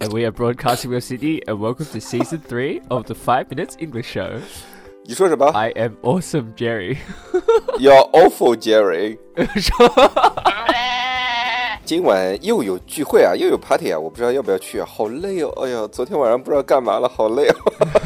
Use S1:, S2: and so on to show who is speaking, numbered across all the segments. S1: And we are broadcasting from Sydney and welcome to season three of the Five Minutes English Show.
S2: 你说什么
S3: 哎
S1: I am awesome Jerry.
S2: ？You're awful, Jerry。今晚又有聚会啊，又有 party 啊，我不知道要不要去啊，好累哦。哎呀，昨天晚上不知道干嘛了，好累哦，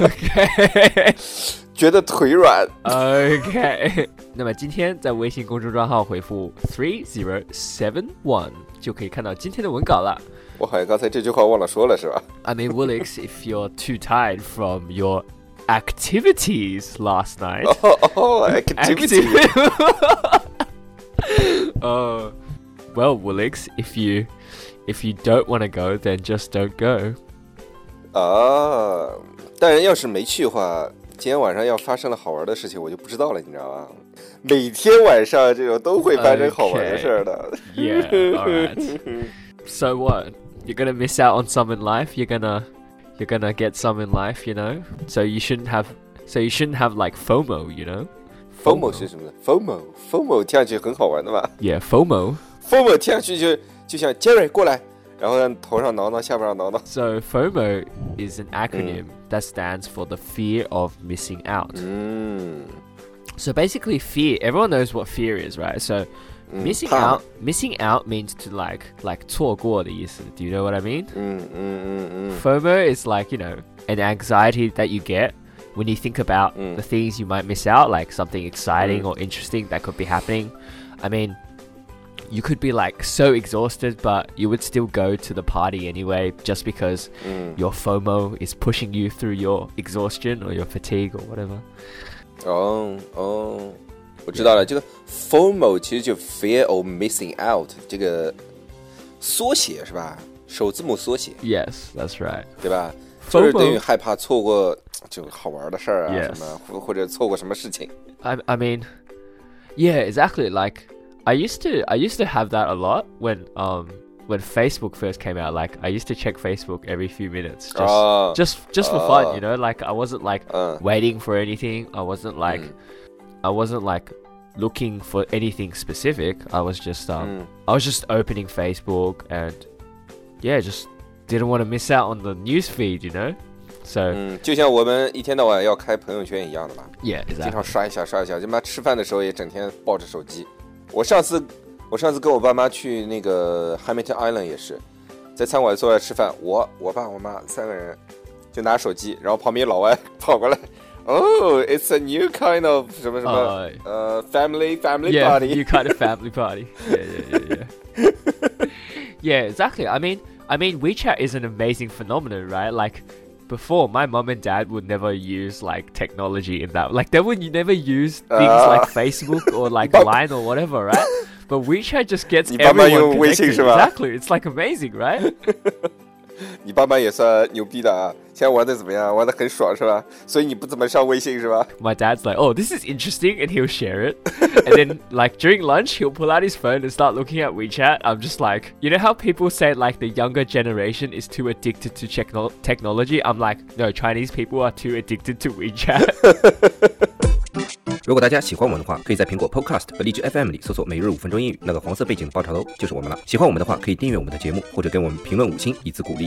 S1: okay.
S2: 觉得腿软。
S1: OK，那么今天在微信公众账号回复 three zero seven one 就可以看到今天的文稿了。
S2: 我好像刚才这句话忘了说了，是吧？
S1: I mean, Willix, if you're too tired from your activities last night,
S2: 哦哦，activity，
S1: Uh, well, Willix, if you if you don't want to go, then just don't go.
S2: 啊，当然要是没去的话，今天晚上要发生了好玩的事情，我就不知道了，你知道吗？每天晚上这种都会发生好玩的事儿的。
S1: Yeah, all right. So what? You're gonna miss out on some in life. You're gonna you're gonna get some in life, you know. So you shouldn't have so you shouldn't have like FOMO, you know.
S2: FOMO 是什么呢？FOMO，FOMO 听上去很好玩的嘛。
S1: Yeah, FOMO.
S2: FOMO 听上去就就像 Jerry 过来，然后让头上挠挠，下巴上挠挠。
S1: So FOMO is an
S2: Mm.
S1: acronym that stands for the fear of missing out.
S2: 嗯
S1: So basically, fear. Everyone knows what fear is, right? So missing
S2: 怕
S1: out, missing out means to like like 错过的意思. Do you know what I mean?
S2: 嗯嗯嗯
S1: FOMO is like you know an anxiety that you get when you think about
S2: Mm.
S1: the things you might miss out, like something exciting or interesting that could be happening. I mean, you could be like so exhausted, but you would still go to the party anyway, just because
S2: 嗯
S1: your FOMO is pushing you through your exhaustion or your fatigue or whatever.
S2: 嗯，哦哦，我知道了，这个 FOMO 其实就 Fear of Missing Out 这个缩写是吧？首字母缩写
S1: Yes, that's right.
S2: 对吧？就是
S1: FOMO
S2: 对于害怕错过就好玩的事儿啊
S1: Yes
S2: 什么，或或者错过什么事情。
S1: I, I mean, yeah, exactly. Like I used to, I used to have that a lot when um when Facebook first came out. Like I used to check Facebook every few minutes, just
S2: Ah.
S1: just just for fun, you know. Like I wasn't like
S2: Ah. Mm.
S1: waiting for anything. I wasn't like I wasn't like looking for anything specific. I was just um
S2: Mm.
S1: I was just opening Facebook and yeah, just didn't want to miss out on the news feed, you know. So
S2: 嗯，就像我们一天到晚要开朋友圈一样的吧。
S1: yeah,
S2: 经
S1: exactly.
S2: 常刷一下刷一下，他妈吃饭的时候也整天抱着手机。我上次我上次跟我爸妈去那个 Hamilton Island 也是，在餐馆坐着吃饭，我我爸我妈三个人就拿手机，然后旁边老外跑过来。Oh, it's a new kind of 什么什么
S1: 哎
S2: 呃、family family
S1: yeah,
S2: party。
S1: you kind of family party. Yeah, yeah, yeah, yeah. yeah, exactly. I mean, I mean, WeChat is an amazing phenomenon, right? Like before, my mom and dad would never use like technology in that. Like they would never use things like
S2: Ah.
S1: Facebook or like
S2: But-
S1: Line or whatever, right? But WeChat just gets
S2: 你爸妈
S1: everyone
S2: 用微信
S1: connected.
S2: 是吧？
S1: Exactly, it's like amazing, right?
S2: 你爸妈也算牛逼的啊，现在玩的怎么样？玩的很爽是吧？所以你不怎么上微信是吧？
S1: My dad's like, "Oh, this is interesting," and he'll share it. and then, like during lunch, he'll pull out his phone and start looking at WeChat. I'm just like, you know how people say like the younger generation is too addicted to techno- technology. I'm like, no, Chinese people are too addicted to WeChat.
S3: 如果大家喜欢我们的话，可以在苹果 Podcast 和荔枝 FM 里搜索“每日五分钟英语”，那个黄色背景的爆炸头就是我们了。喜欢我们的话，可以订阅我们的节目，或者给我们评论五星以资鼓励。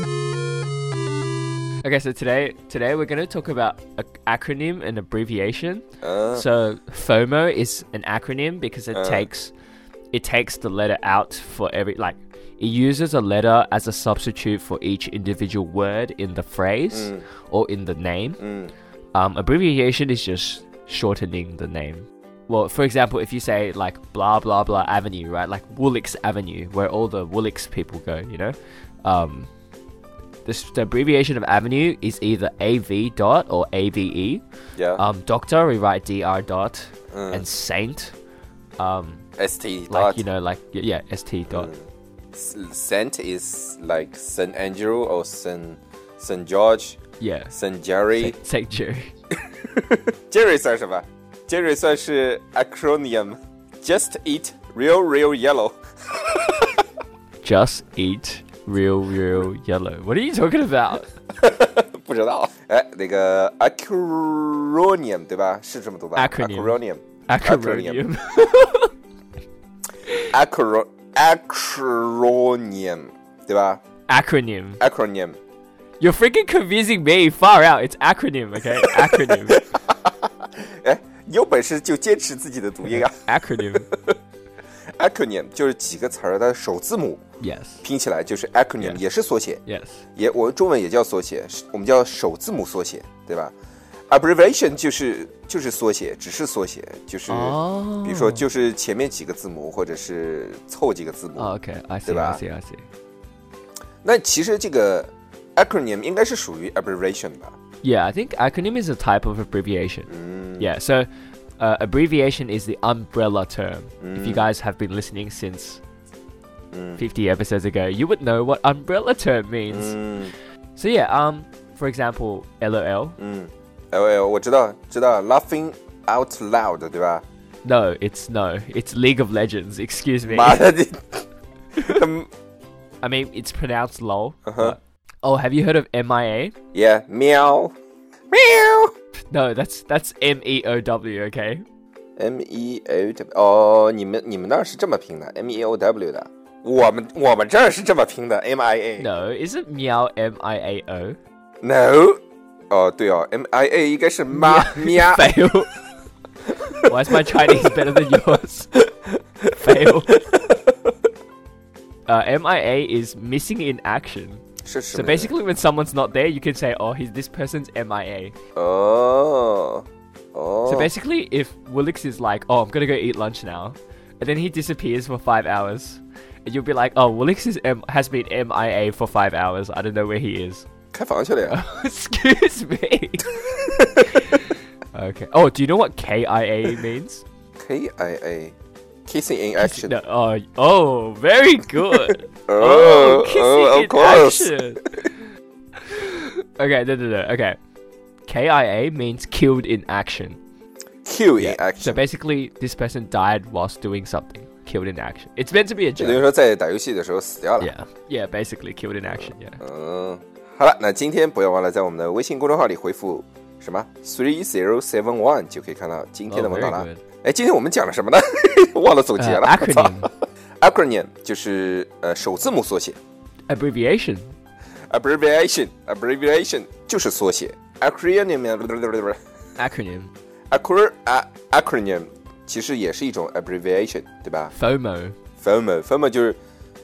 S1: Okay, so today today we're gonna talk about an acronym and abbreviation.
S2: 嗯
S1: So FOMO is an acronym because it
S2: Uh.
S1: takes it takes the letter out for every like it uses a letter as a substitute for each individual word in the phrase
S2: Mm.
S1: or in the name.
S2: 嗯
S1: Um, abbreviation is just shortening the name. Well, for example, if you say like blah blah blah avenue, right? Like Woolix Avenue, where all the Woolix people go, you know. Um, this, the abbreviation of avenue is either AV dot or AVE.
S2: ，yeah，
S1: Um, doctor we write DR dot
S2: 嗯
S1: and saint. Um, like
S2: ，st dot
S1: you know, like y- yeah, ST dot.
S2: Saint is like Saint Andrew or Saint Saint George,
S1: Yeah,
S2: Saint Jerry.
S1: Saint- Saint Jew.
S2: Jerry 算什么？Jerry 算是 acronym。Just eat real real yellow。
S1: Just eat real, real yellow. What are you talking about?
S2: 不知道。哎，那个 acronym 对吧？是这么读吧
S1: Acronym Acronym.
S2: acronym acro acronym 对吧
S1: acronym.
S2: ？acronym
S1: You're freaking confusing me. Far out. It's acronym. Okay, acronym.
S2: 哎有本事就坚持自己的读音 啊
S1: acronym.
S2: ！acronym 就是几个词儿它的首字母
S1: Yes.
S2: 拼起来就是 acronym，
S1: Yeah
S2: 也是缩写。
S1: Yes.
S2: 也我们中文也叫缩写，是我们叫首字母缩写，对吧？abbreviation 就是就是缩写，只是缩写，就是、比如说就是前面几个字母，或者是凑几个字母。
S1: Oh, okay. I see. I
S2: 对吧？
S1: see. I see.
S2: 那其实这个 acronym 应该是属于 abbreviation 吧？
S1: Yeah, I think acronym is a type of abbreviation. Yeah, so uh, abbreviation is the umbrella term. If you guys have been listening since 50 episodes ago, you would know what umbrella term means.
S2: 嗯
S1: So yeah, um, for example, LOL.
S2: 嗯，L L 我知道知道，laughing out loud 对吧？
S1: No, it's no, it's League of Legends. Excuse me.
S2: 妈的，你 嗯
S1: I mean, it's pronounced LOL.
S2: Uh-huh.
S1: but- Oh, have you heard of MIA?
S2: ，yeah，喵喵
S1: No, that's that's M E O W. Okay.
S2: M E O W 哦，你们你们那儿是这么拼的，M E O W 的，我们我们这儿是这么拼的，M I A。
S1: No, isn't meow M I A O?
S2: No，哦对哦，M I A 应该是妈喵
S1: Fail. Why is my Chinese better than yours? Fail. Uh, MIA is missing in action.
S2: 是什
S1: So
S2: 么？
S1: basically, when someone's not there, you can say, "Oh, he's this person's MIA."
S2: 哦
S1: So
S2: 哦，
S1: basically, if Willix is like, "Oh, I'm gonna go eat lunch now," and then he disappears for five hours, and you'll be like, "Oh, Willix is M- has been MIA for five hours. I don't know where he is."
S2: 开房去了 呀？
S1: Excuse me. okay. Oh, do you know what KIA means?
S2: K I A Kissing in Action。
S1: No, oh, oh, very good.
S2: Oh,
S1: kissing
S2: oh, of
S1: in
S2: course.
S1: action. okay, no, no, no. Okay. KIA means killed in action.
S2: Q in
S1: So
S2: action，
S1: basically, this person died whilst doing something. Killed in action. It's meant to be a
S2: 也就是
S1: joke.
S2: 说在打游戏的时候死掉了。
S1: Yeah. Yeah, basically, killed in action. Yeah.
S2: 嗯，好了，那今天不要忘了在我们的微信公众号里回复什么 three zero seven one 就可以看到今
S1: Oh,
S2: 天的文
S1: very
S2: 稿了。
S1: good.
S2: 哎，今天我们讲了什么呢？ 忘了总结
S1: Uh,
S2: 了。我操
S1: acronym.
S2: acronym 就是呃首字母缩写
S1: Abbreviation.
S2: ，abbreviation abbreviation 就是缩写，acronym 不不不不
S1: Acronym.
S2: acro a- acronym 其实也是一种 abbreviation，对吧？
S1: FOMO.
S2: FOMO，FOMO 就是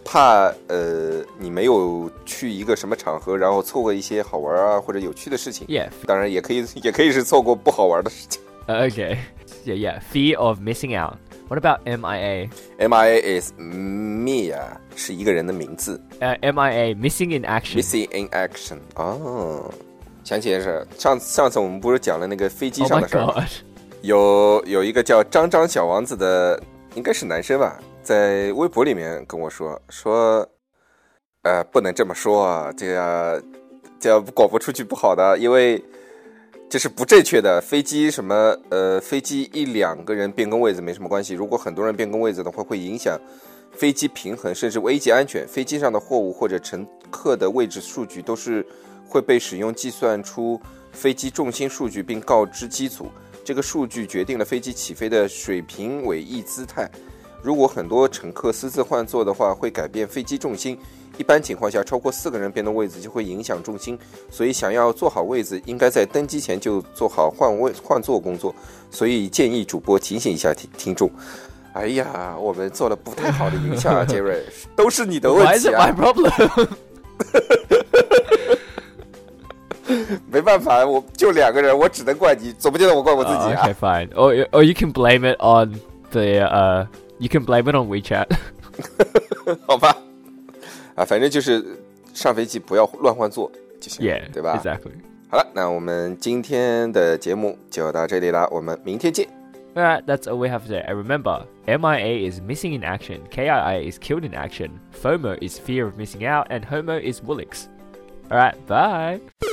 S2: 怕呃你没有去一个什么场合，然后错过一些好玩啊或者有趣的事情。
S1: Yeah.
S2: 当然也可以，也可以是错过不好玩的事情。
S1: Uh, Okay. Yeah, yeah. Fear of missing out. What about MIA?
S2: MIA is Mia，是一个人的名字。
S1: Uh, MIA, missing in action.
S2: Missing in action，哦，想起一件事儿，上上次我们不是讲了那个飞机
S1: Oh
S2: 上
S1: my
S2: 的事儿吗
S1: god.
S2: 有有一个叫张张小王子的，应该是男生吧，在微博里面跟我说说，呃，不能这么说啊，这个这样广播出去不好的，因为这是不正确的。飞机什么呃，飞机一两个人变更位置没什么关系，如果很多人变更位置的话，会影响飞机平衡，甚至危及安全。飞机上的货物或者乘客的位置数据都是会被使用计算出飞机重心数据，并告知机组。这个数据决定了飞机起飞的水平、尾翼、姿态。如果很多乘客私自换座的话，会改变飞机重心。一般情况下，超过四个人变动位置就会影响重心，所以想要坐好位置，应该在登机前就做好换位换座工作。所以建议主播提醒一下听听众。哎呀，我们做了不太好的影响啊，杰瑞，都是你的问
S1: Why is
S2: 题
S1: it my
S2: 啊，
S1: problem?
S2: 没办法，我就两个人，我只能怪你，总不见得我怪我自己
S1: Oh,
S2: 啊。
S1: okay, fine. Or you- or you can blame it on the uh, you can blame it on WeChat.
S2: 好吧，啊，反正就是上飞机不要乱换座就行了
S1: yeah,
S2: 对吧
S1: exactly.
S2: 好了，那我们今天的节目就到这里啦，我们明天见。
S1: Alright, that's all we have today. And remember, MIA is missing in action, KIA is killed in action, FOMO is fear of missing out, and HOMO is Woolix. Alright, bye.